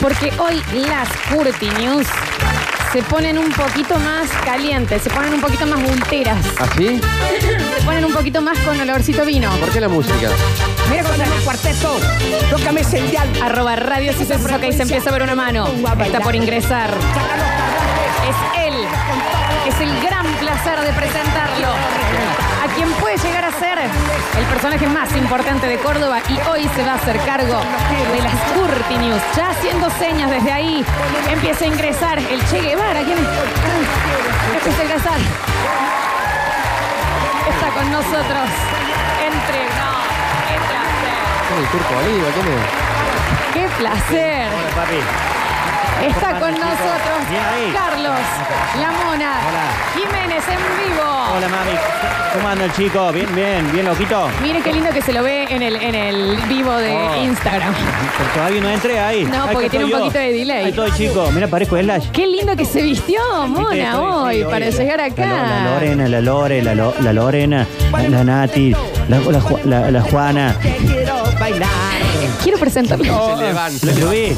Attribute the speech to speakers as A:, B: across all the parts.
A: Porque hoy las Curti News se ponen un poquito más calientes, se ponen un poquito más bulteras,
B: ¿Así?
A: se ponen un poquito más con olorcito vino.
B: ¿Por qué la música?
C: Mira cómo sale el cuarteto. Tócame ese dial.
A: Arroba Radio si se y se empieza a ver una mano. Está por ingresar.
C: Saca los parlantes.
A: Es él. Es el gran placer de presentarlo. A quien puede llegar a ser el personaje más importante de Córdoba y hoy se va a hacer cargo de las Curti News. Ya haciendo señas desde ahí, empieza a ingresar el Che Guevara. ¿Quién es? Ah, Empieza a ingresar. Está con nosotros. Entre. No, qué placer.
B: ¿Quién es el turco Oliva? ¿Quién es?
A: Qué placer.
D: Hola, papi.
A: Está con
D: Chicos,
A: nosotros
D: bien ahí.
A: Carlos, la mona,
D: Hola.
A: Jiménez en vivo.
D: Hola, mami. ¿Cómo anda el chico? Bien, bien, bien loquito.
A: Miren qué lindo que se lo ve en el, en el vivo de
D: Oh.
A: Instagram.
D: Pero todavía no entré ahí.
A: No, porque
D: que
A: tiene
D: soy
A: un poquito de delay.
D: Ahí estoy, chico. Mira, parezco Slash.
A: Qué lindo que se vistió,
D: Sí, estoy,
A: mona, hoy,
D: sí,
A: para llegar acá.
D: La, Lo- la Lorena, la Lore, la, Lo- la Lorena, la Nati, la, la Ju- la- la Juana.
C: Te quiero bailar.
A: Quiero presentarlo.
B: Se le van.
D: Oh. Lo vi.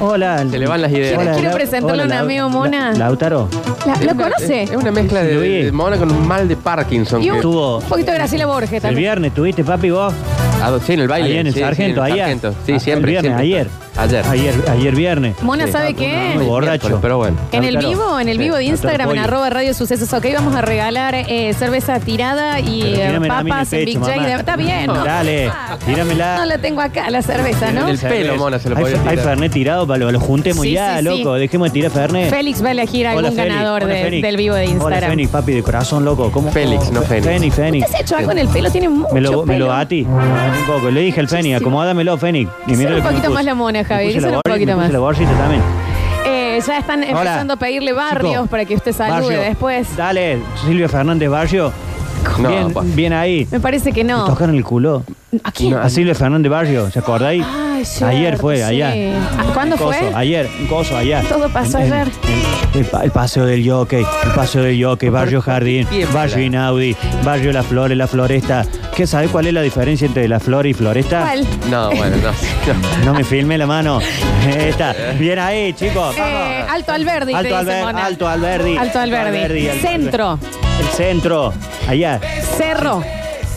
D: Hola.
B: Se le van las ideas.
A: Quiero- quiero
D: Lau-
A: presentarle
D: hola,
A: un
D: Lau-
A: amigo, Mona.
D: La- Lautaro.
A: La- ¿Lo
B: Es
A: conoce?
B: una mezcla de,
D: Lo vi.
B: de mona con un mal de Parkinson.
A: Y un,
B: que-
D: Estuvo-
A: un poquito de Graciela Borges
D: El
A: también.
D: viernes tuviste, papi, vos.
B: Ah, sí, en el baile.
D: Ahí en el
B: sí, sí,
D: sargento, ayer.
B: sargento. Sí,
D: Ah,
B: siempre.
D: el viernes,
B: siempre.
D: ayer.
B: Ayer.
D: Ayer, ayer viernes.
A: Mona, ¿sabe
D: no,
A: qué?
D: no. borracho.
B: Pero bueno.
A: En el
D: Lautaro.
A: vivo, en el vivo de
D: Sí, Lautaro
A: Instagram, en
D: Poli.
A: arroba Radio Sucesos, ok, vamos a regalar eh, cerveza tirada y
D: Pero
A: eh,
D: tíramela a mí en el
A: papas en
D: pecho,
A: Big J.
D: mamá.
A: de- Está bien, ¿no?
D: Dale, tíramela.
A: No la tengo acá, la cerveza, ¿no?
B: El pelo, mona, se lo
D: hay,
B: podría
D: hay
B: tirar.
D: Fernet tirado, para lo, lo juntemos
A: Sí,
D: ya,
A: sí, sí.
D: loco. Dejemos de tirar Fernet.
A: Félix va a elegir
D: Hola,
A: algún
D: Félix.
A: ganador
D: Hola,
A: de-
D: Félix.
A: del vivo de
D: Hola,
A: Instagram.
D: Fénix, papi, de corazón, loco. ¿Cómo?
B: Félix, no Fénix.
D: Fénix,
A: ¿Te
D: Fénix.
A: has hecho algo con el pelo? Tiene mucho
D: Me lo,
A: pelo.
D: me lo batí un poco. Le dije al Fénix, acomódamelo, Fénix. Y mira
A: Solo un
D: lo que me
A: poquito
D: puse.
A: más la mona,
D: Me
A: Javi,
D: puse
A: solo
D: la
A: un
D: gorra y
A: poquito
D: me puse
A: más.
D: la bolsita también.
A: Eh, ya están empezando a pedirle barrios
D: Chico,
A: para que usted salude
D: Barrio,
A: después.
D: Dale, Silvio Fernández Barrio.
B: No,
D: bien,
B: pa.
D: bien ahí.
A: Me parece que
D: Me
A: no.
D: tocaron el culo.
A: ¿A quién?
D: No, a Silvio Fernández Barrio, ¿se acordáis?
A: Ay, cierto,
D: ayer fue,
A: sí.
D: allá.
A: Ah, ¿cuándo
D: Un coso,
A: fue?
D: Ayer, un coso, allá.
A: Todo pasó
D: En- en-
A: ayer.
D: en- el, pa- el paseo del jockey, el paseo del jockey, barrio jardín,
B: tiembla?
D: barrio Inaudi, barrio Las Flores, la floresta. ¿Qué sabes cuál es la diferencia entre la flor y floresta?
A: ¿Cuál?
B: No, bueno, no. no.
D: No me filme la mano. Esta. Bien ahí, chicos.
A: Eh, alto Alberdi, te
D: Ah. Alto
A: dice
D: Alberdi,
A: Mona.
D: Alto Alberdi.
A: Alto Alberdi.
D: Alto
A: Centro.
D: El centro. Allá.
A: Cerro.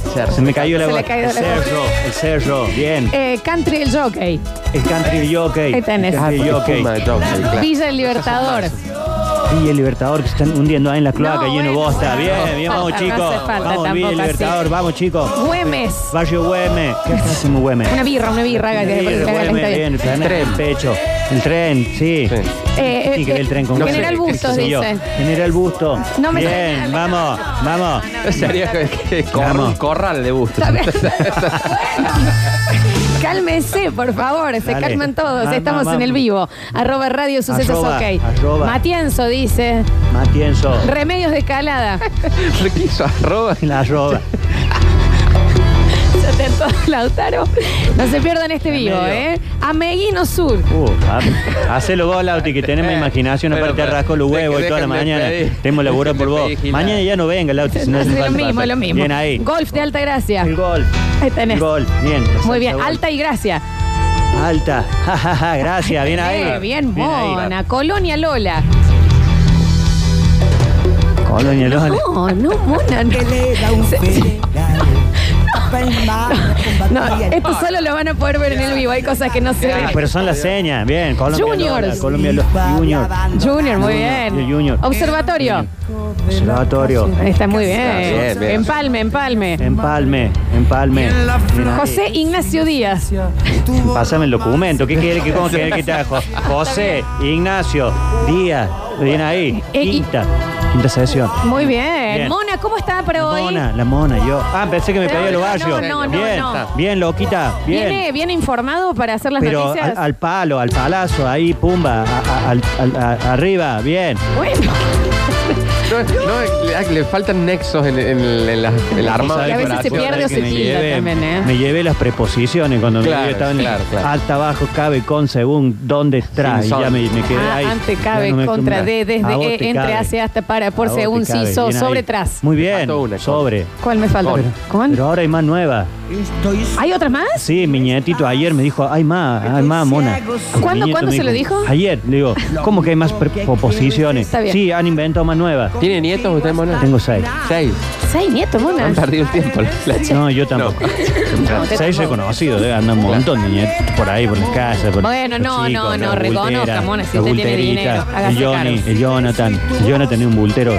D: Se me cayó la
A: Se le
D: voz.
A: ha caído
D: El
A: la voz.
D: cerro, el cerro. Bien.
A: Eh, country el Jockey.
D: El country jockey.
A: Ahí tenés.
D: El country
B: Ah,
D: jockey.
B: fuma de jockey, claro.
A: Villa el Libertador.
D: Y el Libertador que se están hundiendo ahí en la cloaca,
A: No,
D: lleno de
A: bueno,
D: bosta.
A: bueno,
D: bien,
A: no
D: bien,
A: hace
D: vamos
A: falta,
D: chicos.
A: no hace falta
D: vamos, bien, el
A: tampoco así.
D: Libertador, vamos chicos.
A: Güemes.
D: Barrio Güeme. ¿Qué estás en Güeme?
A: Una birra, una birra. haga que- que-
D: Sí,
A: que-
D: Güeme,
A: está bien.
D: bien, el
B: Tren.
D: tren. pecho. El tren, sí.
B: Sí.
A: Eh, eh,
D: Y que ve el tren con
A: eh,
B: No sé,
A: General
B: qué
A: Bustos,
D: Sí, yo.
A: dicen.
D: General Busto.
A: No me
D: bien, vamos, vamos.
B: Sería que, que cor-
D: Vamos.
B: corral de gusto.
A: Está bien. Cálmese, por favor, se
D: Dale.
A: calman todos.
D: Vamos,
A: Estamos en
D: vamos.
A: el vivo. Arroba Radio Sucesos
D: Arroba,
A: OK.
D: arroba.
A: Matienzo dice.
D: Matienzo.
A: Remedios de calada.
B: ¿Qué quiso arroba?
D: La roba.
A: Se atentó Lautaro. No se pierdan este vivo, ¿eh? Ameguino Sur.
D: Uh, papi. Hacelo vos, Lauti, que tenés mi imaginación.
B: Eh, Pero,
D: Aparte,
B: pero,
D: rasco los
B: de-
D: huevos y
B: que
D: toda la
B: dejen de
D: mañana.
B: pedir.
D: Tenemos laburo
B: Dejen de
D: por vos.
B: pedir gilada.
D: Mañana ya no venga, Lauti. si no
A: es
D: hace
A: lo
D: falta.
A: mismo, es lo mismo.
D: Bien ahí.
A: Golf de Alta Gracia.
D: El gol.
A: Ahí tenés.
D: El gol. Bien.
A: este. Muy bien,
D: Salsa
A: Alta y Gracia.
D: gol. Alta. Ja, ja, ja. Gracias. Bien ahí.
A: Eh, bien,
D: ahí.
A: mona. Colonia Lola.
D: Colonia Lola.
A: No, no, mona. no.
C: Que le da un pedal. Palmada con
A: No,
B: eh,
C: batería.
A: esto solo lo van a poder ver en el vivo. Hay cosas que no se ven.
D: Pero son las señas. Bien. Colombia
A: Juniors.
D: Lola, Colombia Lola. Junior.
A: Junior, muy
D: Junior,
A: bien.
D: Junior.
A: Observatorio.
D: Observatorio.
A: Ahí Está muy bien.
B: bien, bien.
A: Empalme, empalme.
D: Empalme. Empalme. Bien ahí.
A: José Ignacio Díaz.
D: Pásame el documento. ¿Qué quiere que, cómo quiere que te haga? Jo- José, Ignacio, Díaz. Bien ahí.
A: Eh, y-
D: Quinta. Quinta sesión.
A: Muy bien.
D: Bien.
A: Mona, ¿cómo está para
D: La
A: hoy?
D: mona, la mona, yo. Ah, pensé que me
A: No,
D: pedía
A: no,
D: los barrios.
A: no, no,
D: bien,
A: no.
D: bien, loquita. Bien.
A: ¿Viene, viene informado para hacer las
D: Pero
A: noticias?
D: al, al palo, al palazo, ahí, pumba, a- a- al- al- a- arriba, bien.
A: Bueno,
B: No, no, le, le faltan nexos en, en, en la- en el armado.
D: ¿Sabes
A: Y a veces
B: del
A: se
B: corazón.
A: pierde
D: que
A: o se
D: me
A: tilda
D: llevé-
A: también, ¿eh?
D: Me llevé las preposiciones cuando me
B: Claro,
D: estaba en el
B: claro, claro.
D: alta, abajo, cabe, con, según, dónde, tras. Y
B: son.
D: ya me, me quedé
A: Ah,
D: ahí.
A: ante,
D: Ya
A: cabe,
D: no me-
A: contra, de, desde,
D: A vos
A: e,
D: te
A: entre,
D: cabe.
A: hacia, hasta, para, por,
D: A vos
A: según,
D: te cabe.
A: si, so,
D: Bien ahí.
A: sobre, tras.
D: Muy bien,
B: Faltó una, con.
D: sobre.
A: ¿Cuál me falta?
B: Con.
A: ¿Con?
D: Pero ahora hay más nueva.
A: ¿Hay otras más?
D: Sí, mi nietito ayer me dijo, hay más, hay más, mona.
A: ¿Cuándo,
D: Mi nieto
A: cuándo
D: me
A: se lo dijo?
D: Ayer, le digo, ¿cómo que hay más pre- proposiciones?
A: Está bien.
D: Sí, han inventado más nuevas.
B: ¿Tiene nietos usted, Mona?
D: Tengo seis.
B: Seis.
A: Seis nietos, mona.
B: Han perdido el tiempo. la- la chica.
D: No, yo tampoco.
A: No, te
D: seis
A: tampoco.
D: reconocidos, eh, andan un montón de nietos por ahí, por las casas. por
A: Bueno,
D: los
A: no, no,
D: chicos,
A: no,
D: las
A: reconozca,
D: bulteras,
A: Mona, si
D: las
A: usted tiene
D: bulteritas,
A: dinero, hágase
D: El Johnny,
A: cargo.
D: el Jonathan. El Jonathan es un bultero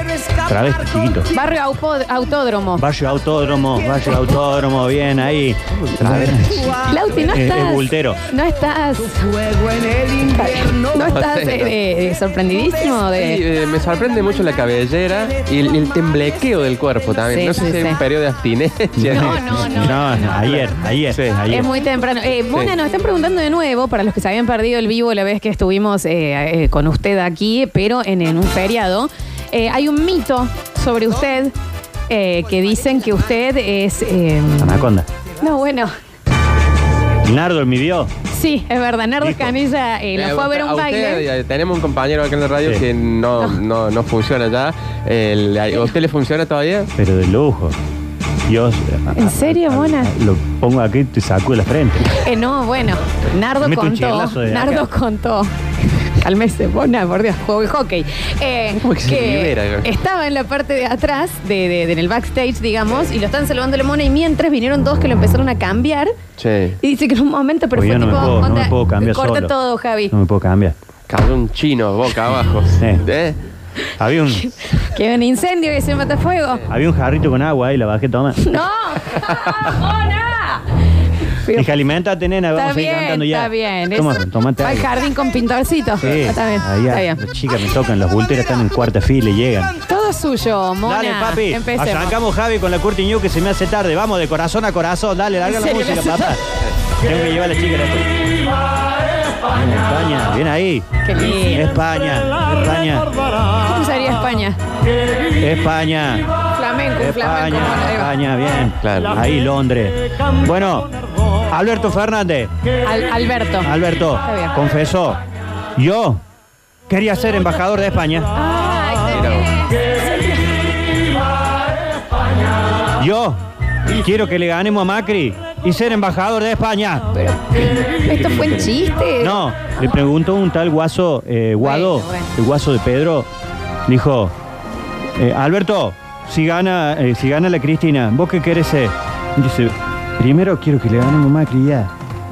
D: travesti, chiquito.
A: Barrio Aupo- Autódromo.
D: Valle Autódromo, Valle Autódromo, bien ahí.
A: Lauti, no
D: Eh,
A: estás.
D: eh, bultero.
A: No estás.
C: Fuego en el invierno.
A: No estás
B: sé, no.
A: eh, eh, sorprendidísimo
B: Sí,
A: de.
B: eh, me sorprende mucho la cabellera y el, el temblequeo del cuerpo también.
A: Sí,
B: no sé
A: sí,
B: si es
A: sí.
B: un periodo de abstinencia.
A: No, no, no.
D: ayer, ayer,
B: Sí.
D: ayer.
A: Es muy temprano. Eh, Mona,
B: Sí.
A: nos están preguntando de nuevo, para los que se habían perdido el vivo la vez que estuvimos eh, eh, con usted aquí, pero en, en un feriado, eh, hay un mito sobre usted eh, que dicen que usted es... eh,
D: Anaconda.
A: no, bueno,
D: Nardo me vio.
A: sí, es verdad. Nardo
D: Dijo.
A: Canilla eh, la
B: Eh,
A: fue a ver a
B: usted-
A: un baile.
B: usted, eh, tenemos un compañero acá en la radio
D: Sí.
B: que no, no. no funciona ya. El- ¿A usted le funciona todavía?
D: Pero de lujo. Dios. eh,
A: ¿En serio, Mona?
D: Lo pongo aquí y te saco de la frente.
A: Eh, no, bueno,
D: Te
A: Nardo
D: meto un chilazo
A: contó.
D: de
A: Nardo
D: acá.
A: contó. Calmese, Mona, por Dios, juego de hockey. Eh,
B: ¿Cómo que se libera?
A: estaba en la parte de atrás, de, de- de- en el backstage, digamos, y lo estaban saludando la Mona. Y mientras vinieron dos que lo empezaron a cambiar.
B: Che,
A: Y dice que en un momento, pero
D: Porque
A: fue
D: yo no me
A: tipo,
D: puedo- no
A: onda,
D: me puedo cambiar
A: corta
D: solo.
A: todo, Javi.
D: No me puedo cambiar.
B: cayó un chino boca abajo.
D: Sí.
B: ¿Eh?
D: Había un,
A: Que hay un incendio que se mata fuego.
D: había un jarrito con agua ahí, la bajé, toma.
A: ¡No! ¡Ah, ¡Mona! Pero-
D: Dije, alimentate, nena, vamos
A: Está
D: a seguir
A: bien,
D: cantando ya.
A: está bien. Es-
D: Toma, tomate
A: Va al
D: agua.
A: jardín con pintorcito.
D: Sí,
A: Está bien,
D: ahí
A: está
D: a-
A: bien.
D: Las chicas me tocan, las bulteras están en cuarta fila y llegan.
A: Todo suyo, Mona.
D: Dale, papi.
A: Empecemos.
D: Arrancamos, Javi, con la Curti New que se me hace tarde. Vamos, de corazón a corazón. Dale, larga la
A: ¿En serio?
D: música, papá. Tengo que llevar a la chica. Bien, España, bien ahí.
A: Qué lindo.
D: España, España,
A: ¿Cómo usaría España?
D: España,
A: Flamenco, un flamenco.
D: España,
A: bueno, ahí va.
D: España, bien.
B: Claro.
D: Ahí, Londres. Bueno, Alberto Fernández,
A: Al- Alberto.
D: Alberto,
A: Está bien.
D: confesó, yo quería ser embajador de España.
A: Ay,
B: Mira vos.
D: Yo quiero que le ganemos a Macri y ser embajador de España.
A: Esto fue un chiste.
D: No, le preguntó un tal guaso, eh, Guado,
A: Bueno, bueno.
D: el guaso de Pedro, dijo, eh, Alberto, si gana, eh, si gana la Cristina, ¿vos qué querés ser? Dice, primero quiero que le ganemos a Macri ya.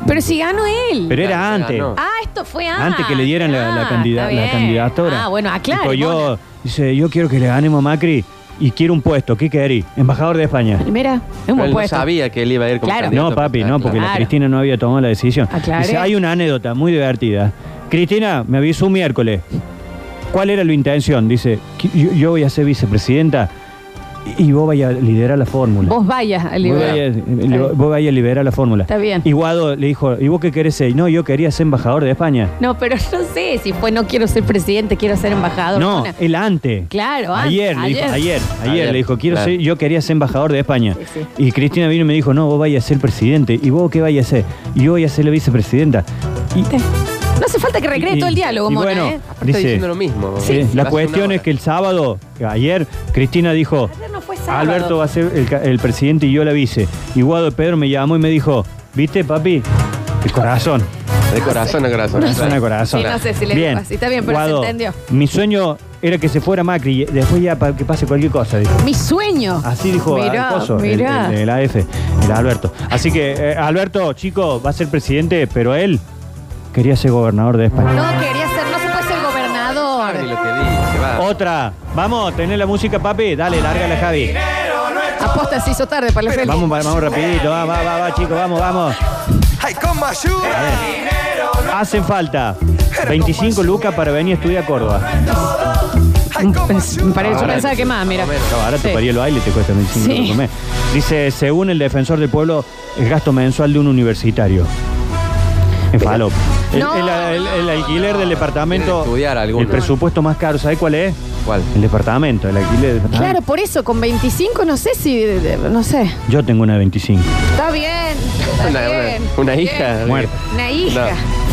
A: Pero si ganó él.
D: Pero era
B: Claro, se
D: antes,
B: ganó.
A: ah, esto fue antes.
D: antes que le dieran la, la
A: Ah,
D: candida-
A: está
D: la
A: bien.
D: candidatura.
A: Ah, bueno, aclaro.
D: Dijo,
A: Mona.
D: yo, dice, yo quiero que le ganemos a Macri y quiero un puesto, ¿qué querés? Embajador de España.
A: Mira, es un
B: Pero
A: buen
B: él no
A: puesto.
B: sabía que él iba a ir pues, como
A: Claro.
B: candidato.
D: No, papi, no,
B: Ah,
D: porque la
A: Claro.
D: Cristina no había tomado la decisión.
A: Aclaré.
D: Dice, hay una anécdota muy divertida. Cristina me avisó un miércoles. ¿Cuál era la intención? Dice, "Qui- yo, yo voy a ser vicepresidenta y y vos vayas a liderar la fórmula.
A: Vos vayas a
D: Vos
A: liberar.
D: vayas,
A: Está
D: eh,
A: bien.
D: vos vayas a liberar la fórmula.
A: Está bien.
D: Y Guado le dijo, ¿y vos qué querés ser? No, yo quería ser embajador de España.
A: No, pero no sé si fue no quiero ser presidente, quiero ser embajador.
D: No,
A: Mona.
D: el antes.
A: Claro, antes,
D: ayer, le dijo-
A: ayer.
D: ayer, ayer,
B: Ayer,
D: le dijo, quiero
B: claro.
D: ser, yo quería ser embajador de España.
A: Sí, sí.
D: Y Cristina vino y me dijo, no, vos vayas a ser presidente. ¿Y vos qué vayas a ser? Y yo voy a ser la vicepresidenta. Y,
A: No hace falta que recree
D: y-
A: todo el diálogo,
D: y
A: Mona.
D: bueno,
A: ¿eh?
B: Aparte está
D: dice,
B: diciendo lo mismo.
D: eh,
B: Hace
D: la
B: una
D: cuestión es
B: hora.
D: que el sábado, ayer, Cristina dijo,
A: Ayer no fue sábado.
D: Alberto va a ser el, ca- el presidente y yo la vice. Y Guado de Pedro me llamó y me dijo, ¿viste, papi? El corazón.
B: De corazón a corazón.
D: Corazón a corazón.
A: Sí, no sé si le digo así. Está bien, pero se entendió.
D: Mi sueño era que se fuera Macri y después ya para que pase cualquier cosa. dijo.
A: Mi sueño.
D: Así dijo
A: Mirá,
D: el, coso, el-
A: mirá.
D: el- el AF, el Alberto. Así que, eh, Alberto, chico, va a ser presidente, pero él quería ser gobernador de España.
A: No, quería ser, no se puede ser
B: Sabe
A: gobernador.
B: lo que dice, va.
D: Otra. Vamos, tenés la música, papi. Dale, lárgala, Javi.
A: Aposta se hizo tarde para la peli.
D: Vamos, vamos rapidito. Va, va, va, va, chicos. Vamos, vamos.
E: Ay, como ayuda.
D: Hacen falta 25 lucas para venir a estudiar a Córdoba.
E: Ay, como
A: Me
E: ayuda.
A: parece, yo
B: Ahora,
A: pensaba que más, mira.
B: menos,
D: No, ahora
A: Sí.
D: tu paría el baile te cuesta 25
A: Sí.
D: lucas por mes. Dice, según el defensor del pueblo, el gasto mensual de un universitario. En Falop. El,
A: No.
D: el- el- el alquiler del departamento.
B: Quieren estudiar alguno.
D: el presupuesto más caro, ¿sabes cuál es?
B: ¿Cuál?
D: El departamento, el alquiler del departamento.
A: Claro, por eso, con 25 no sé si, de- de- no sé.
D: Yo tengo una de 25.
A: Está bien, está
B: Una,
A: bien.
B: una
A: bien.
B: hija.
D: Muerta.
A: Una hija.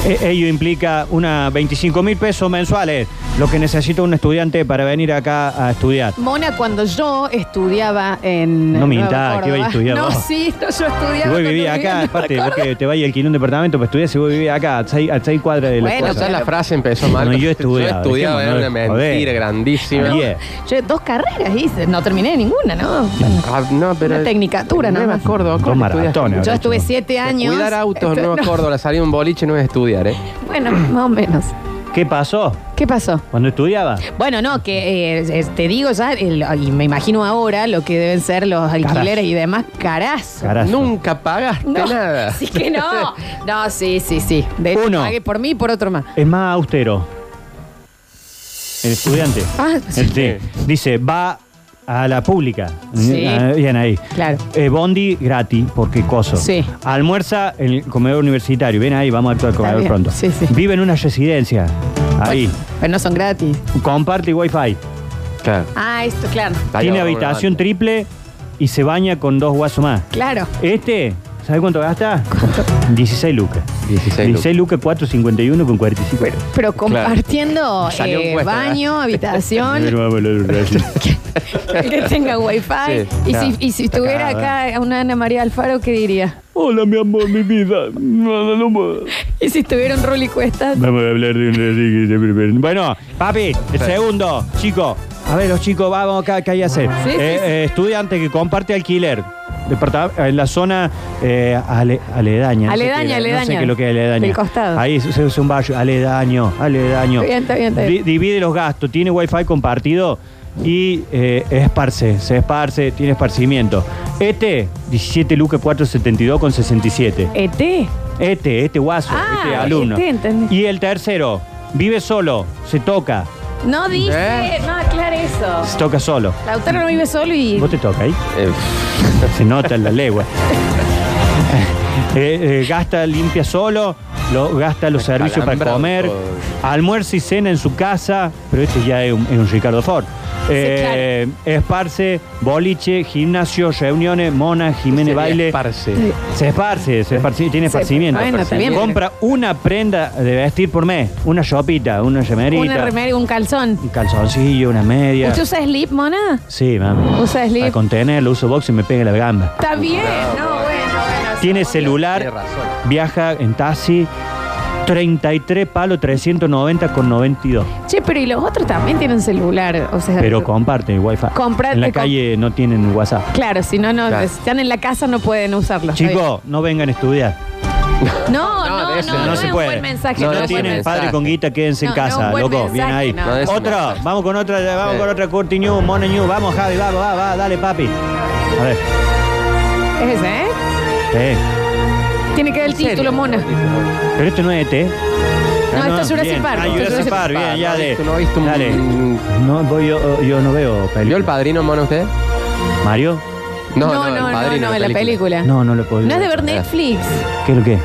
D: E- Ello implica unas 25 mil pesos mensuales, lo que necesita un estudiante para venir acá a estudiar.
A: Mona, cuando yo estudiaba en. Nueva
D: No minta, que iba a
A: Córdoba-
D: estudiar
A: No,
D: vos.
A: sí, no, yo estudiaba.
D: Si vos
A: cuando
D: vivís
A: vivía en
D: acá,
A: Nueva
D: aparte, vos
A: Córdoba.
D: que te vayas al quinto departamento para estudiar, si vos vivís acá, a seis, a seis cuadras de la
A: Bueno,
B: O
D: escuela.
B: sea, la frase empezó mal.
D: No, yo estudiaba,
B: Yo estudiaba, era
D: dejémonos
B: una
D: de joder. Ah,
B: mentira grandísima.
D: Bien.
A: Yo dos carreras hice, no terminé ninguna, ¿no.
B: Ah, no, pero.
A: Una tecnicatura,
B: no
A: nada
B: me
A: más.
B: acuerdo.
D: Dos maratones.
A: Yo estuve siete años.
B: Cuidar autos,
A: Este,
B: no me acuerdo. La salida de un boliche no es estudiar, ¿eh?
A: Bueno, más o menos.
D: ¿Qué pasó
A: ¿Qué pasó?
D: cuando estudiaba?
A: Bueno, no, que eh, eh, te digo ya, el- y me imagino ahora lo que deben ser los alquileres y demás, caras.
D: Carazo.
B: Nunca pagaste
A: No,
B: nada.
A: sí que no. No, sí, sí, sí. De hecho,
D: Uno.
A: pagué por mí y por otro más.
D: Es más austero. El estudiante.
A: Ah,
D: El- sí. Dice, va a la pública.
A: Sí.
D: Ah, Bien ahí.
A: Claro.
D: Eh, bondi gratis, porque coso.
A: Sí.
D: Almuerza en el comedor universitario. Ven ahí, vamos a actuar al comedor
A: bien.
D: pronto.
A: Sí, sí.
D: Vive en una residencia. Ahí.
A: Pero no son gratis.
D: Comparte wifi.
B: Claro.
A: Ah, esto, claro.
D: Tiene habitación triple y se baña con dos guasos más.
A: Claro.
D: Este, ¿sabe cuánto gasta? 16 lucas.
B: 16
D: 16 lucas, 4.51 con 45.
A: Pero compartiendo
B: Salió un
A: eh,
B: puesto,
A: baño, habitación, que tenga wifi.
B: Sí,
A: y,
B: claro.
A: si, y si estuviera acá a una Ana María Alfaro, ¿qué diría?
D: Hola, mi amor, mi vida. No, no, no puedo.
A: Y si estuviera un Rulli Cuesta,
D: Vamos a hablar de un así que se preparen. Bueno, papi, el segundo, chico. A ver, los chicos, vamos, acá, ¿qué hay que hacer?
A: Sí, sí,
D: Eh,
A: sí.
D: eh, estudiante que comparte alquiler. Departa- En la zona eh, ale- aledaña. no sé
A: Aledaña,
D: qué era, No sé
A: aledaña.
D: qué es lo que es aledaña.
A: Del costado.
D: Ahí se usa un barrio. Aledaño, aledaño.
A: Está bien, está bien, está bien.
D: Di- divide los gastos. Tiene wifi compartido y eh, esparce. Se esparce, tiene esparcimiento. Este, 17 lucas 472 con 67.
A: ET.
D: Este, este guaso,
A: Ah,
D: este alumno.
A: este, entendí.
D: y el tercero, vive solo, se toca,
A: No dice,
B: ¿Eh?
A: no aclara eso.
D: se toca solo.
A: Lautaro no vive solo y.
D: ¿Vos te toca ahí?
B: Eh,
D: Se nota en la legua. Eh, eh, gasta, limpia solo, lo, gasta los servicios para
B: Acalambrado
D: comer,
B: todo.
D: almuerza y cena en su casa, pero este ya es un, es un Ricardo Ford. Eh, Esparce, boliche, gimnasio, reuniones, mona, Jiménez
B: sería
D: Baile.
B: esparce.
D: Se esparce, se esparce, tiene
A: Se-
D: esparcimiento.
A: bueno, está bien, pero-
D: Compra una prenda de vestir por mes, una chopita, una remerita,
A: Una remera y un calzón.
D: un calzoncillo, una media.
A: ¿Usted usa slip, mona?
D: Sí, mami.
A: Usa slip.
D: Para contenerlo, uso box y me pega la gamba.
A: Está bien. No, bueno, bueno.
D: Tiene
A: sí,
B: Tiene
D: celular,
B: razón.
D: viaja en taxi, 33 palos, 390 con 92.
A: obvio. Che, pero y los otros también tienen celular. O sea,
D: Pero comparte el wifi.
A: Comprate
D: en la
A: con-
D: calle no tienen WhatsApp.
A: Claro, si no, no,
B: Claro.
A: si están en la casa no pueden usarlo. está bien.
D: Chicos, no vengan a estudiar.
A: No,
B: No,
A: no, no,
B: de ese
A: no,
B: no
A: es
D: se
A: un
D: puede.
A: buen mensaje.
B: No,
A: no
D: No,
A: es un buen
D: tienen
A: mensaje.
D: padre con guita, quédense
A: No,
D: en
A: no,
D: casa,
A: un buen
D: loco,
A: mensaje,
D: bien ahí.
A: no.
B: No, es un
D: Otra,
B: mensaje.
D: vamos con otra, ya, vamos
B: Sí.
D: con otra Curti News, Mona News, vamos Javi, vamos, va, va, dale papi. A ver,
A: Es ese, ¿eh?
D: eh,
A: Tiene que ver el
B: ¿En serio?
A: título, mona.
D: pero esto no es ET.
A: No, esto es Jurassic
D: bien.
A: Park, esto
D: Ah,
A: es
D: Jurassic
A: Jurassic
D: Park, bien, ya
B: ¿No
D: de.
B: viste- no viste un-
D: Dale. No, voy, yo, oh, yo no veo película.
B: ¿Vio el padrino, mono, usted?
D: ¿Mario?
A: No, no, no,
B: el
A: no,
B: padrino,
A: en la película.
D: No, no lo puedo
A: No es de
D: verdad.
A: ver Netflix.
D: ¿Qué es lo que?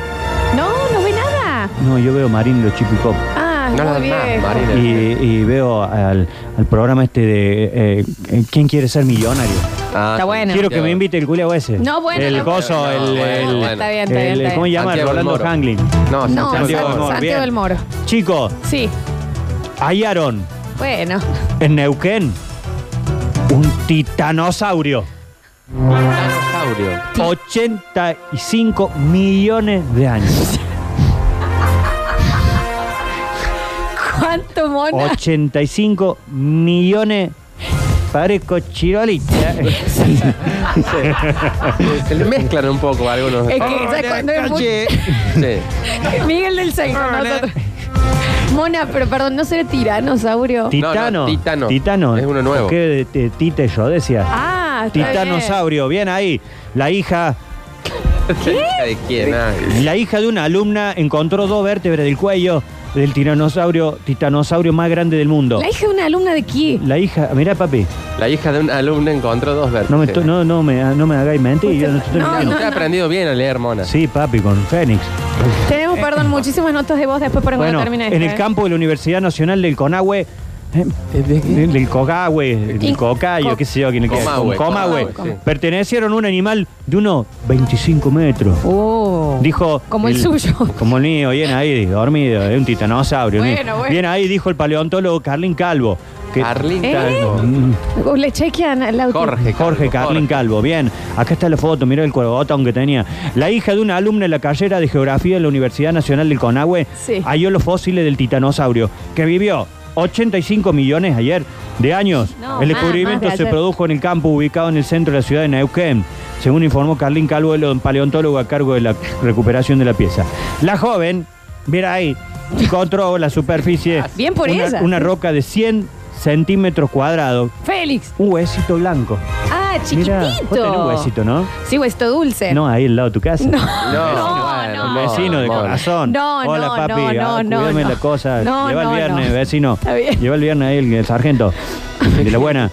A: No, no ve nada.
D: No, yo veo Marín los Chico y Pop.
A: Ah,
B: No la
A: muy
B: ven más,
A: bien.
B: Marina.
D: Y, y veo al, al programa este de eh, eh, ¿Quién quiere ser millonario?
B: Ah,
A: Está bueno.
D: Quiero que me invite el culeo ese.
A: No, bueno.
D: El
A: la-
D: coso,
B: No,
D: el,
B: bueno,
D: el-
B: bueno.
A: Está bien, está bien.
D: el-
A: está bien.
D: ¿Cómo se llama?
B: Santiago del
D: Rolando
B: Moro.
D: Hanglin.
A: No,
B: No,
A: San-
D: Santiago
A: Santiago,
D: del Moro, bien.
A: del Moro.
D: Chicos,
A: Sí,
D: hallaron
A: bueno.
D: en Neuquén un titanosaurio.
B: Dinosaurio.
D: 85 millones de años.
A: ¿Cuánto mona?
D: 85 millones. Parezco chirolita. eh,
B: Se le mezclan un poco algunos.
A: Es que ya cuando es muy-
B: Sí.
A: Miguel del Seis con nosotros. Mona, pero perdón, ¿no será tiranosaurio?
B: No,
D: Titano.
B: no, titano.
D: Titano.
B: Es uno nuevo.
D: ¿Qué de- de- Tita y yo decía?
A: Ah, está
D: Titanosaurio, bien ahí. La hija,
B: ¿De quién? Ah,
D: la hija de una alumna encontró dos vértebras del cuello del tiranosaurio, titanosaurio más grande del mundo.
A: bien. La hija de una alumna de aquí.
D: La hija, mirá papi,
B: La hija de un alumno encontró dos vértices.
D: no me, to- no, no me, no me hagáis mentir. yo no estoy
A: No,
D: mirando.
B: Usted ha aprendido bien a leer, mona.
D: Sí, papi, con Fénix.
A: Tenemos, perdón, muchísimas notas de voz después para cuando
D: Eh. Bueno,
A: termine
D: en
A: esta,
D: el
A: ¿eh?
D: campo de la Universidad Nacional del Conagüe Eh,
B: ¿De qué?
D: Del del Cogahue, del
A: Y-
D: Cocayo,
A: co-
D: qué sé yo, quién es que
B: Comahue,
D: Comahue.
B: Comahue, sí.
D: Pertenecieron a un animal de unos 25 metros.
A: Oh.
D: Dijo.
A: Como el suyo.
D: Como el mío, bien ahí, dormido, es un titanosaurio.
A: Bueno,
D: bien.
A: bueno.
D: Bien ahí, dijo el paleontólogo Carlin Calvo. que-
B: Carlín
A: ¿Eh?
B: Calvo.
D: Mm,
A: Le chequean al auto.
B: Jorge Calvo.
D: Jorge Carlin Calvo, bien. Acá está la foto, mirá el cuervotón que tenía. La hija de una alumna en la carrera de geografía de la Universidad Nacional del Conahue
A: Sí.
D: halló los fósiles del titanosaurio, que vivió 85 millones ayer de años.
A: No, más,
D: el descubrimiento
A: más de
D: se
A: ayer.
D: produjo en el campo ubicado en el centro de la ciudad de Neuquén, según informó Carlín Calvo, el paleontólogo a cargo de la recuperación de la pieza. La joven, mira ahí, encontró la superficie.
A: Bien por
D: una,
A: ella.
D: Una roca de 100 centímetros cuadrados,
A: Félix.
D: un huesito blanco.
A: Ah,
D: Mira,
A: chiquitito.
D: vos tenés un huesito, ¿no?
A: Sí, huesito dulce.
D: No, ahí al lado de tu casa.
A: No.
B: No,
A: No,
B: bueno,
A: no.
D: Vecino de
B: bueno.
D: corazón.
A: No, no,
D: Hola, papi.
A: no, no,
D: Ah,
A: no,
D: cuídame
A: no.
D: la cosa.
A: No,
D: Lleva
A: no,
D: el viernes,
A: no.
D: vecino.
A: Está bien.
D: Lleva el viernes ahí el, el sargento. De la buena.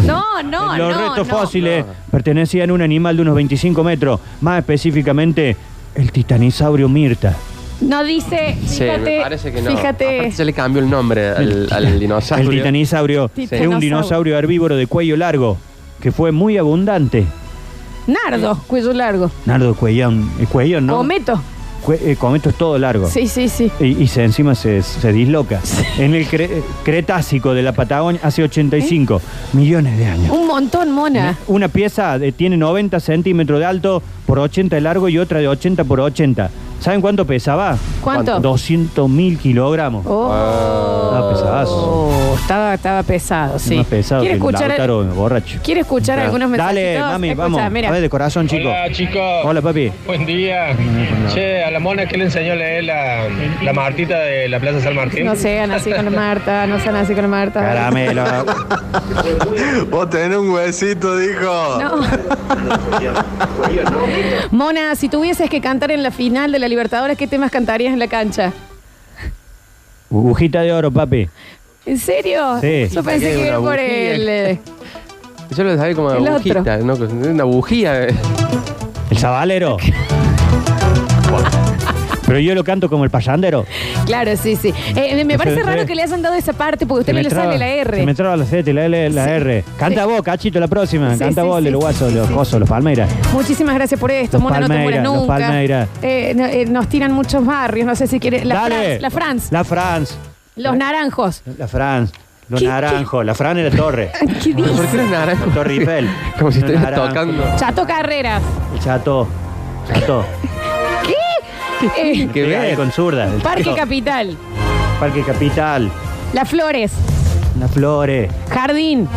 A: No, no,
D: Los
A: no,
D: restos
A: no.
D: fósiles pertenecían a un animal de unos 25 metros. Más específicamente, el titanisaurio Mirta.
A: No dice,
B: Sí,
A: fíjate,
B: me parece que no.
A: fíjate.
B: Aparte se le cambió el nombre al, al dinosaurio.
D: El titanisaurio es
A: Titanosaurio.
D: un dinosaurio herbívoro de cuello largo que fue muy abundante.
A: Nardo, cuello largo.
D: Nardo Cuellón. El cuello, ¿no?
A: Cometo.
D: Cue- eh, cometo es todo largo.
A: Sí, sí, sí.
D: Y, y se encima se, se disloca. En el cre- Cretácico de la Patagonia hace 85 millones de años.
A: Un montón, mona.
D: Una pieza de- tiene 90 centímetros de alto por 80 de largo y otra de 80 por 80. ¿Saben cuánto pesaba?
A: ¿Cuánto?
D: 200 mil kilogramos.
A: Oh.
D: Ah, Estaba pesadazo.
A: Estaba, estaba pesado, sí.
D: Más pesado que
A: ¿Quiere
D: el
A: escuchar,
D: Lautaro borracho.
A: ¿Quiere escuchar algunos mensajes?
D: Dale, mami, vamos.
A: Mira.
D: A ver, de corazón, chico.
F: Hola chicos,
D: Hola, papi.
F: buen día. Che, a la mona que le enseñó a leer la, la Martita de la Plaza San Martín.
A: No sean así con la Marta, no sean así con la Marta.
D: Caramelo.
G: Vos tenés un huesito, dijo.
A: No. Mona, si tuvieses que cantar en la final de la Libertadores, ¿qué temas cantarías en la cancha?
D: Agujita de oro, papi.
A: ¿En serio?
D: Sí.
A: Yo pensé que
B: Una
A: era por
B: bujía.
A: el. eh,
B: Yo lo sabía como
A: El otro.
B: agujita, ¿no? Una bujía.
D: El sabalero. Pero yo lo canto como el payandero.
A: Claro, sí, sí. Eh, me
D: Se
A: parece
D: me
A: raro
D: trae.
A: que le hayan dado esa parte porque usted
D: Se
A: no
D: me
A: le
D: traba-
A: sale la
D: Se me
A: R.
D: traba la Z y la L, la
A: Sí.
D: R. Canta vos, cachito, la próxima.
A: Sí,
D: Canta
A: sí,
D: vos,
A: sí,
D: el
A: sí,
D: guaso,
A: sí,
D: los
A: sí.
D: cosos, los palmeiras.
A: Muchísimas gracias por esto,
D: Los
A: Mona, no te mueras
D: Palmeiras, los
A: nunca.
D: Palmeiras.
A: Eh, no, eh, nos tiran muchos barrios, no sé si quiere. La
D: Dale.
A: France, la France,
D: La France.
A: los naranjos.
D: La France. Los
A: ¿Qué-
D: naranjos. La Fran era Torre.
A: ¿Qué
B: ¿Por
A: dice?
B: qué eres naranja?
D: Torre Eiffel.
B: Como si
D: Los
B: estuvieras
D: naranjos.
B: tocando.
A: Chato Carreras.
D: El chato. Chato.
A: Eh,
B: Qué
D: Que pega ahí
B: bien.
D: con zurda. El
A: Parque
D: chato.
A: Capital.
D: Parque Capital.
A: Las Flores.
D: Las Flores.
A: Jardín.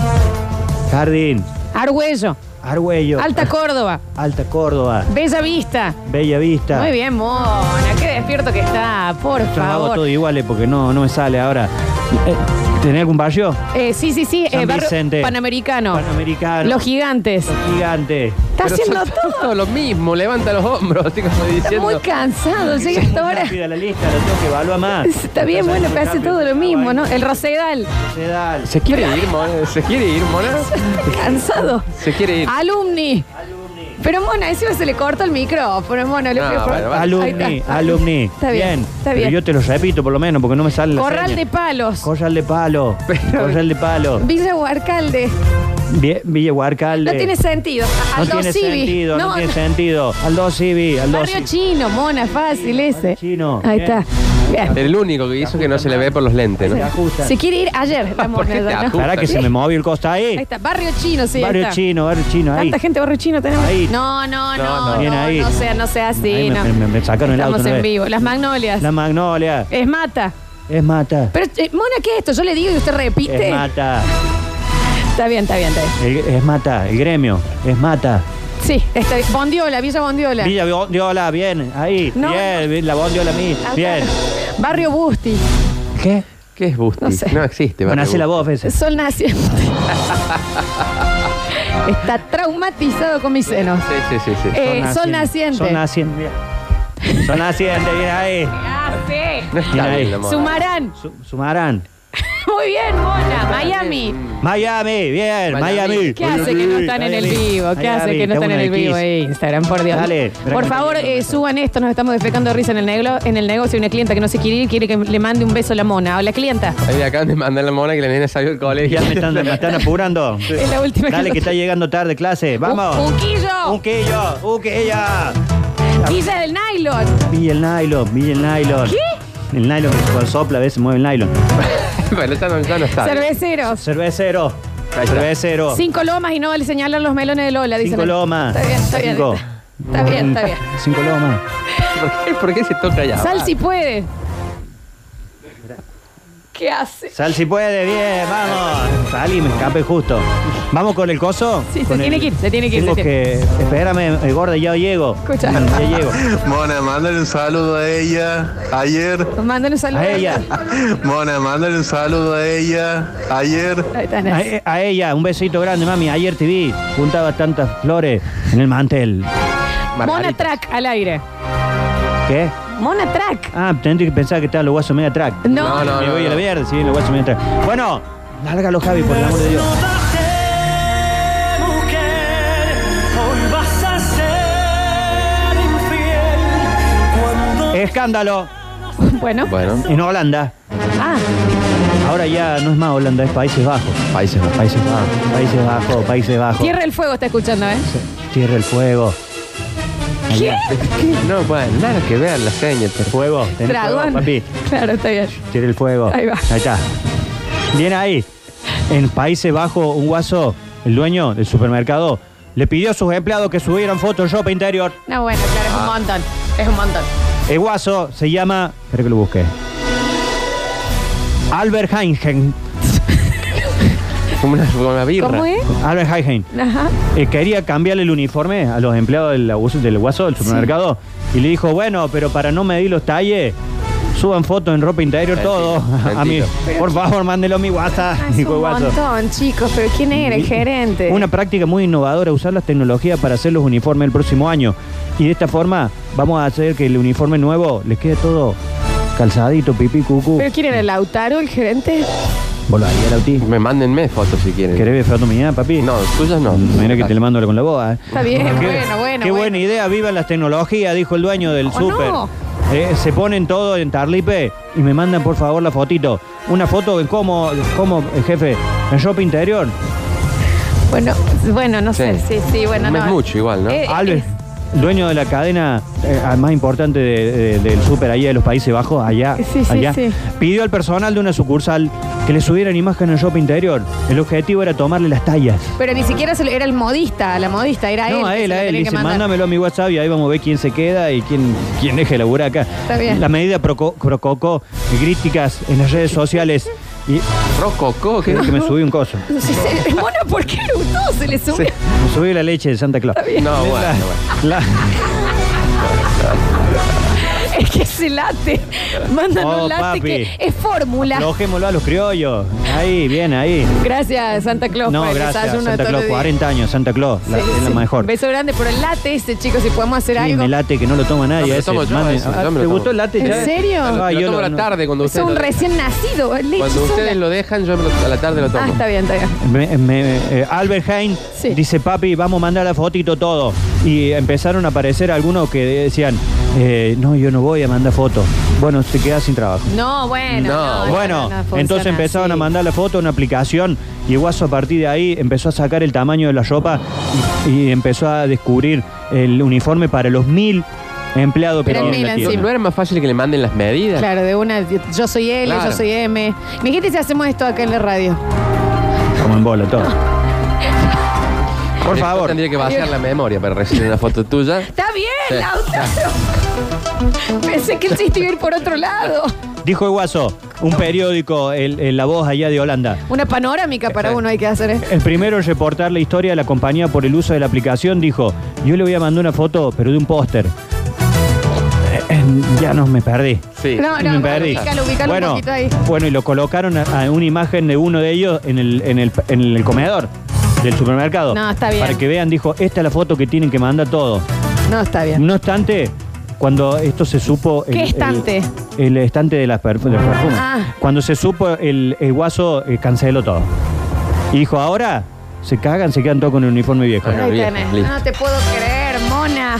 D: Jardín.
A: Argüello.
D: Argüello.
A: Alta Córdoba.
D: Alta Córdoba.
A: Bella Vista.
D: Bella Vista.
A: Muy bien, Mona. Qué despierto que está, por
D: Yo hago todo
A: favor.
D: iguales porque no, no me sale ahora. Eh, ¿Tenés algún barrio?
A: Eh, sí, sí, sí.
D: San
A: eh, barrio
D: Vicente.
A: Panamericano.
D: Panamericano.
A: Los gigantes.
D: Gigante.
A: Está
B: Pero
A: haciendo
B: son
A: todo.
B: todos lo mismo, levanta los hombros, así como
A: Está
B: diciendo.
A: muy cansado. Llega a esta hora.
D: Rápida la lista, lo tengo que evaluar más.
A: Está bien, bueno, pero hace todo lo mismo, ¿no? El Rosedal.
D: Sedal.
B: ¿Se quiere ir, Mona? ¿Se quiere ir, Mona?
A: Cansado.
B: ¿Se quiere ir?
A: Alumni. Pero Mona, encima se le corta el micrófono, Mona. Le
B: Ah,
A: pido por-
B: bueno, bueno.
A: Ahí
D: Alumni,
A: está.
D: alumni.
A: Está bien, está
D: Pero
A: bien.
D: yo te lo repito por lo menos porque no me sale la
A: Corral
D: seña.
A: de Palos.
D: Corral de palo. Corral de palo.
A: Villa Huarcalde.
D: Vie- Villa Huarcalde.
A: No tiene sentido.
D: No
A: Aldo
D: tiene
A: Civi.
D: sentido, no,
A: No,
D: tiene
A: no.
D: sentido. Aldo Civi, Aldo
A: Barrio
D: Civi.
A: chino, mona, fácil ese.
D: chino.
A: Ahí
D: Bien.
A: está. Bien.
B: El único que hizo que no se le ve por los lentes, ¿no?
D: Te ajustan.
A: Si quiere ir ayer, la
B: ¿Por qué te
A: moneda, ¿no?
B: ajusta?
D: Pará que Ah, se me movió el costa ahí.
A: Ahí está, barrio chino, sí. ahí
D: barrio
A: está.
D: chino, barrio chino, ahí.
A: ¿Tanta gente barrio chino tenemos?
D: Ahí.
A: No, no, no, no,
B: No,
A: no,
B: no.
D: Bien ahí.
A: sea, no sea así.
D: Ahí me-
A: no.
D: me- me sacaron el
A: Estamos
D: auto una
A: en
D: vez.
A: vivo. Las magnolias.
D: La magnolia.
A: Es mata.
D: Es mata.
A: Pero, eh, Mona, ¿qué es esto? Yo le digo y usted repite.
D: Es mata.
A: Está bien, está bien, está bien.
D: El- es mata. El gremio. Es mata.
A: Sí, está bien. Bondiola, Villa Bondiola.
D: Villa Bondiola, bien, ahí,
A: No,
D: bien, bien, la Bondiola a mí,
A: Acá.
D: bien.
A: Barrio Busti.
D: ¿Qué?
B: ¿Qué es Busti?
A: No sé.
B: No existe.
D: Bueno,
B: Barrio
D: hace la voz, veces.
A: Sol naciente. está traumatizado con mis senos.
B: Busti. Sí, sí, sí. sí.
A: Eh, sol naciente.
D: Son naciente, bien. Son naciente, bien ahí.
A: Ah, sí.
B: no está
D: mira ahí.
B: bien, la moda.
A: Sumarán.
D: Su- sumarán.
A: Muy bien, Mona. Miami.
D: Miami, bien,
B: Miami.
D: Miami.
A: ¿Qué hace que no están en el vivo? ¿Qué hace que no están en el vivo de Instagram? Por Dios.
D: Dale,
A: por
D: dale.
A: favor, eh, suban esto. Nos estamos defecando de risa en el, negro, en el negocio. Una clienta que no se quiere ir quiere que le mande un beso a la mona. Hola, clienta.
B: Ahí acaban de mandar la mona que la nena salió del colegio.
D: Ya me están, me están apurando.
A: Es la última que
D: Dale,
A: nos-
D: que está llegando tarde clase. Vamos.
A: Un- unquillo.
D: Un quillo. Un quillo.
A: Quilla del nylon.
D: Pilla el nylon, pilla el nylon.
A: ¿Qué?
D: El nylon que cuando sopla a veces mueve el nylon.
B: Pero esta no, ya no está.
A: Cerveceros.
D: Cervecero.
B: Ahí está.
D: Cervecero.
A: Cinco lomas y no le señalan los melones de Lola. dicen.
D: Cinco lomas.
A: Está bien, está bien.
D: Cinco.
A: Está bien, está bien.
D: Cinco lomas.
B: ¿Por qué, por qué se toca ya?
A: Sal si puede. ¿Qué hace?
D: Sal si puede, bien, vamos. Salí, me escape justo. ¿Vamos con el coso?
A: Sí, se
D: Con
A: tiene
D: el-
A: que ir, se tiene que ir,
D: Tengo
A: se
D: que. Espérame, eh, gorda, ya llego. Mm,
A: Escucha.
D: Ya llego.
G: Mona, mándale un saludo a ella. Ayer.
A: Mándale un saludo.
D: A ella,
G: Mona, mándale un saludo a ella. Ayer.
A: Ahí está,
D: a,
A: Nancy.
D: e- a ella, un besito grande, mami. Ayer te vi, juntabas tantas flores en el mantel.
A: Mona
B: Margarita.
A: Track al aire.
D: ¿Qué?
A: Mona Track.
D: Ah, tendré que pensar que estaba los guasos media track.
A: No.
B: No, no,
D: me
B: no.
D: voy a la
B: no.
D: mierda, sí, los guasos media track. Bueno, lárgalo, Javi, por el amor de Dios. Escándalo
A: Bueno.
B: Bueno,
D: en Holanda.
A: Ah,
D: Ahora ya no es más Holanda, es Países Bajos.
B: Países Bajos.
D: Países Bajos, Países Bajos, Países Bajos.
A: Tierra del Fuego está escuchando, ¿eh?
D: Tierra el fuego.
A: ¿Qué?
B: no, bueno, nada que ver la seña, pues, pero.
D: Fuego. tenés
A: Dragón.
D: fuego, papi.
A: Claro, está bien.
D: Tira el fuego.
A: Ahí va.
D: Ahí está. Bien ahí. En Países Bajos, un guaso, el dueño del supermercado, le pidió a sus empleados que subieran Photoshop interior.
A: No, bueno, claro,
D: Ah.
A: es un montón. Es un montón.
D: El guaso se llama. Espera que lo busque. Albert Heingen.
B: Como una, como una birra.
A: ¿Cómo es?
D: Albert Heingen.
A: Ajá.
D: Eh, quería cambiarle el uniforme a los empleados del, abuso- del guaso del supermercado. Y le dijo, bueno, pero para no medir los talles, suban fotos en ropa interior
B: Mentira,
D: todo. A mí,
B: mentira.
D: por favor, mándelo a mi WhatsApp.
A: Ah, Es
D: dijo el
A: un
D: guaso.
A: montón, chicos. Pero ¿quién era el gerente?
D: Una práctica muy innovadora, usar las tecnologías para hacer los uniformes el próximo año. Y de esta forma vamos a hacer que el uniforme nuevo les quede todo calzadito, pipí, cucú.
A: ¿Pero quién era? ¿Lautaro el gerente?
D: Vos lo harías, Lauti.
B: Me mándenme fotos si quieren.
D: ¿Querés ver foto mía, papi?
B: No, tuyas no.
D: Mira que te la mando con la boa. ¿eh?
A: Está bien, bueno, bueno.
D: Qué
A: bueno.
D: buena idea, vivan las tecnologías, dijo el dueño del
A: Oh,
D: súper.
A: no.
D: Eh, se ponen todo en Tarlipe y me mandan por favor la fotito. Una foto de cómo, cómo eh, jefe, en ropa interior.
A: Bueno, bueno, no sé. Sí,
B: Sí.
A: sí, bueno, no.
B: Es mucho igual, ¿no?
A: Eh,
D: Albert, dueño de la cadena eh, más importante de- de- del súper allá de los Países Bajos, allá,
A: Sí, sí,
D: allá,
A: sí.
D: pidió al personal de una sucursal que le subieran imagen en ropa interior. El objetivo era tomarle las tallas.
A: Pero ni siquiera se lo- era el modista, la modista, era él.
D: no, a
A: que se
D: él,
A: lo
D: a él.
A: tenía que
D: Dice,
A: mandar.
D: mándamelo a mi WhatsApp y ahí vamos a ver quién se queda y quién, quién deje la buraca.
A: Está bien.
D: La medida proco- provocó críticas en las redes sociales. Y
B: Rococó, ¿qué?
D: creo que me subí un coso.
A: No sé, se- Bueno, ¿por qué no? Todo se le sube.
D: Me subí la leche de Santa Claus.
B: No, bueno,
D: La-
B: bueno.
D: la-
A: Es que se late. Mandan
D: Oh,
A: un late
D: papi.
A: que es fórmula.
D: Aflojémoslo a los criollos. Ahí, bien, ahí.
A: Gracias, Santa Claus.
D: No,
A: por el
D: gracias.
A: desayuno
D: Santa
A: todos
D: Claus,
A: los días.
D: 40 años, Santa Claus. la-
A: Sí,
D: es la
A: sí.
D: mejor.
A: Beso grande por el late ese, chicos. Si podemos hacer
D: Sí,
A: algo.
D: me late que no lo toma nadie.
B: No, me lo
D: ese.
B: tomo yo,
D: Mami,
B: ese, yo
D: ah,
B: me lo
D: ¿Te
B: tomo.
D: gustó el late?
A: ¿En
D: ya?
A: serio?
B: Ah,
D: yo
B: lo tomo a la tarde cuando
A: Es
B: ustedes.
A: un
B: lo-
A: recién nacido. leche
B: Cuando
A: sola.
B: ustedes lo dejan, yo me lo- a la tarde lo
A: Ah,
B: tomo.
A: está bien, está bien.
D: Me- me- eh, Albert Hein
A: Sí.
D: dice, papi, vamos a mandar la fotito todo. Y empezaron a aparecer algunos que decían, eh, no, yo no voy a mandar fotos. Bueno, te quedas sin trabajo.
A: No, bueno.
B: No,
A: No,
D: Bueno,
A: no, no funciona
D: entonces empezaron
A: así.
D: a mandar la foto a una aplicación y el Guaso a partir de ahí empezó a sacar el tamaño de la ropa y, y empezó a descubrir el uniforme para los mil empleados que
A: Pero
D: tiene
A: mil
D: la
B: Sí,
D: tienda.
B: ¿No era más fácil que le manden las medidas?
A: Claro, de una. Yo soy L,
B: Claro.
A: yo soy M. Me dijiste si hacemos esto acá en la radio.
D: Como en bola todo. Por
B: Yo
D: favor.
B: Tendría que vaciar la memoria para recibir una foto tuya.
A: Está bien,
B: Sí.
A: Lautaro. Pensé que el chiste iba a ir por otro lado.
D: Dijo el Guaso, un periódico, el- el La Voz allá de Holanda.
A: Una panorámica para
B: Sí.
A: uno hay que hacer. ¿eh?
D: El primero en reportar la historia de la compañía por el uso de la aplicación dijo, yo le voy a mandar una foto, pero de un póster. Eh, eh, ya no me perdí.
B: Sí.
A: No,
D: me perdí.
A: ubícalo, ubícalo
D: bueno,
A: un poquito ahí.
D: bueno, y lo colocaron a, a una imagen de uno de ellos en el, en el- en el comedor del supermercado.
A: No, está bien.
D: Para que vean, dijo, esta es la foto que tienen que mandar todo.
A: No, está bien.
D: No obstante, Cuando esto se supo.
A: ¿Qué estante?
D: El, estante de las perf- de los perfumes.
A: Ah.
D: Cuando se supo, el, el guaso eh, canceló todo. Y dijo, ahora se cagan, se quedan todos con el uniforme viejo.
B: Bueno,
A: Ahí
B: bien,
A: tenés.
B: listo.
A: No te puedo creer, mona.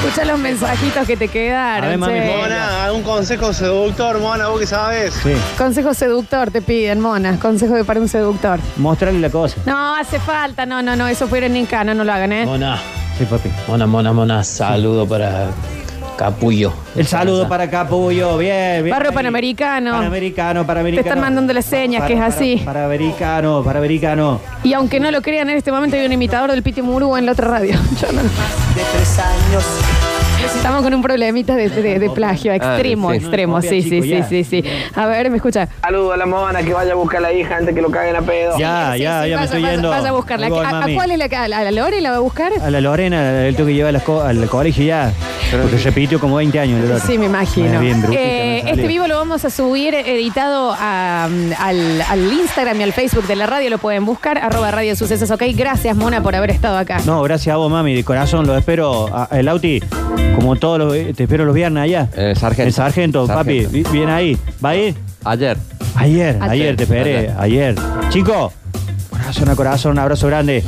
A: Escucha los mensajitos que te quedaron.
D: A ver, mami,
A: che.
F: Mona, un consejo seductor, Mona, vos que sabes.
D: Sí.
A: Consejo seductor te piden, mona. Consejo de para un seductor.
D: Mostrarle la cosa.
A: No, hace falta. No, no, no. Eso fuera en Incana, no lo hagan, ¿eh?
H: Mona,
D: Sí, papi.
H: mona, mona, mona, saludo para Capullo.
D: El saludo para Capullo, bien, bien.
A: Barrio
D: Ahí.
A: Panamericano.
D: Panamericano, Panamericano.
A: Te están mandando las señas, que es así.
D: Panamericano, Panamericano.
A: Y aunque no lo crean, en este momento hay un imitador del Piti Murú en la otra radio. Yo no-
C: de tres años.
A: Estamos con un problemita de, de- de plagio.
D: Ah,
A: Extremo,
B: sí.
A: extremo. Sí, sí, sí, sí, sí. A ver, me escucha.
F: Saludo a la Mona, que vaya a buscar a la hija antes que lo caguen a pedo.
D: Ya,
A: Sí, sí,
D: ya,
A: sí,
D: ya me
A: vaya,
D: estoy
A: vaya,
D: yendo.
A: Vaya a buscarla.
D: Ahí voy,
A: ¿A, a
D: mami.
A: cuál es la que- a la, a la Lore la va a buscar?
D: A la Lorena, el tengo que lleva las co- al colegio ya. Porque repitió como 20 años. la Lore.
A: Sí, me imagino.
D: Bien, brujita,
A: Eh,
D: me salió.
A: este vivo lo vamos a subir eh, editado a, um, al, al Instagram y al Facebook de la radio. Lo pueden buscar, arroba Radio Sucesos. Ok, gracias, Mona, por haber estado acá.
D: No, gracias a vos, mami. De corazón, lo espero. A- El Auti, como todos los. eh, Te espero los viernes allá.
B: Eh, sargento.
D: El sargento, papi.
B: Sargento.
D: vi- Viene ahí. ¿Va a ir?
B: Ayer.
D: Ayer,
A: Ayer.
D: ayer, te esperé. Ayer. Chico, corazón a corazón, un abrazo grande.